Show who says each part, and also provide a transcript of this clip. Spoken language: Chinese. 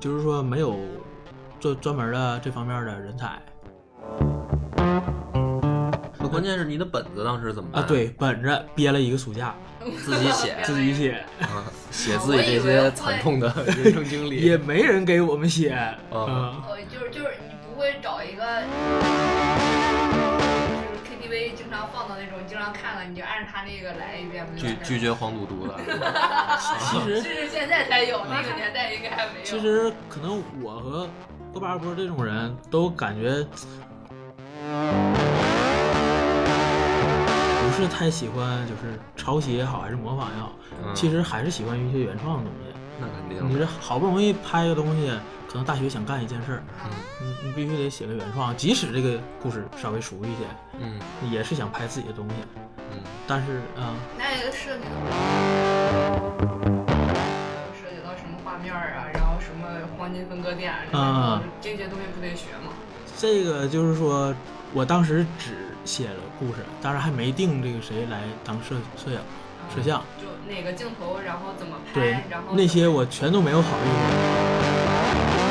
Speaker 1: 就是说没有做专门的这方面的人才
Speaker 2: 那关键是你的本子当时怎么
Speaker 1: 啊
Speaker 2: 办？，
Speaker 1: 对，本着憋了一个暑假
Speaker 2: 自己写
Speaker 1: 自己写，
Speaker 2: 啊，写自己这些惨痛的人生经历，
Speaker 1: 也没人给我们写啊、嗯
Speaker 2: 啊
Speaker 3: 呃，就是就是你不会找一个，就是 KTV 经常放的那种，经常看了你就按着他那个来一遍，不就
Speaker 2: 拒
Speaker 3: 完事儿了
Speaker 2: 拒绝黄赌毒的，
Speaker 1: 其实
Speaker 3: 这是现在才有，那个年代应该还没有。
Speaker 1: 嗯其实可能我和豆瓣儿波这种人都感觉不是太喜欢，就是抄袭也好，还是模仿也好，
Speaker 2: 嗯
Speaker 1: 其实还是喜欢于一些原创的东西。
Speaker 2: 那肯
Speaker 1: 你
Speaker 2: 定
Speaker 1: 这好不容易拍个东西，可能大学想干一件事儿，
Speaker 3: 啊，
Speaker 1: 你你必须得写个原创，即使这个故事稍微熟悉一些，
Speaker 2: 嗯
Speaker 1: 也是想拍自己的东西。
Speaker 2: 嗯，
Speaker 1: 但是啊、
Speaker 3: 那有一个设计的，涉及到什么画面儿啊，然后什么黄金分割点啊，
Speaker 1: 啊
Speaker 3: 这些东西不得学吗？嗯
Speaker 1: 这个就是说，我当时只写了故事，当然还没定这个谁来当摄摄影摄像。
Speaker 3: 就哎哪个镜头，然后怎么
Speaker 1: 对
Speaker 3: 拍，然后，
Speaker 1: 那些我全都没有考虑过。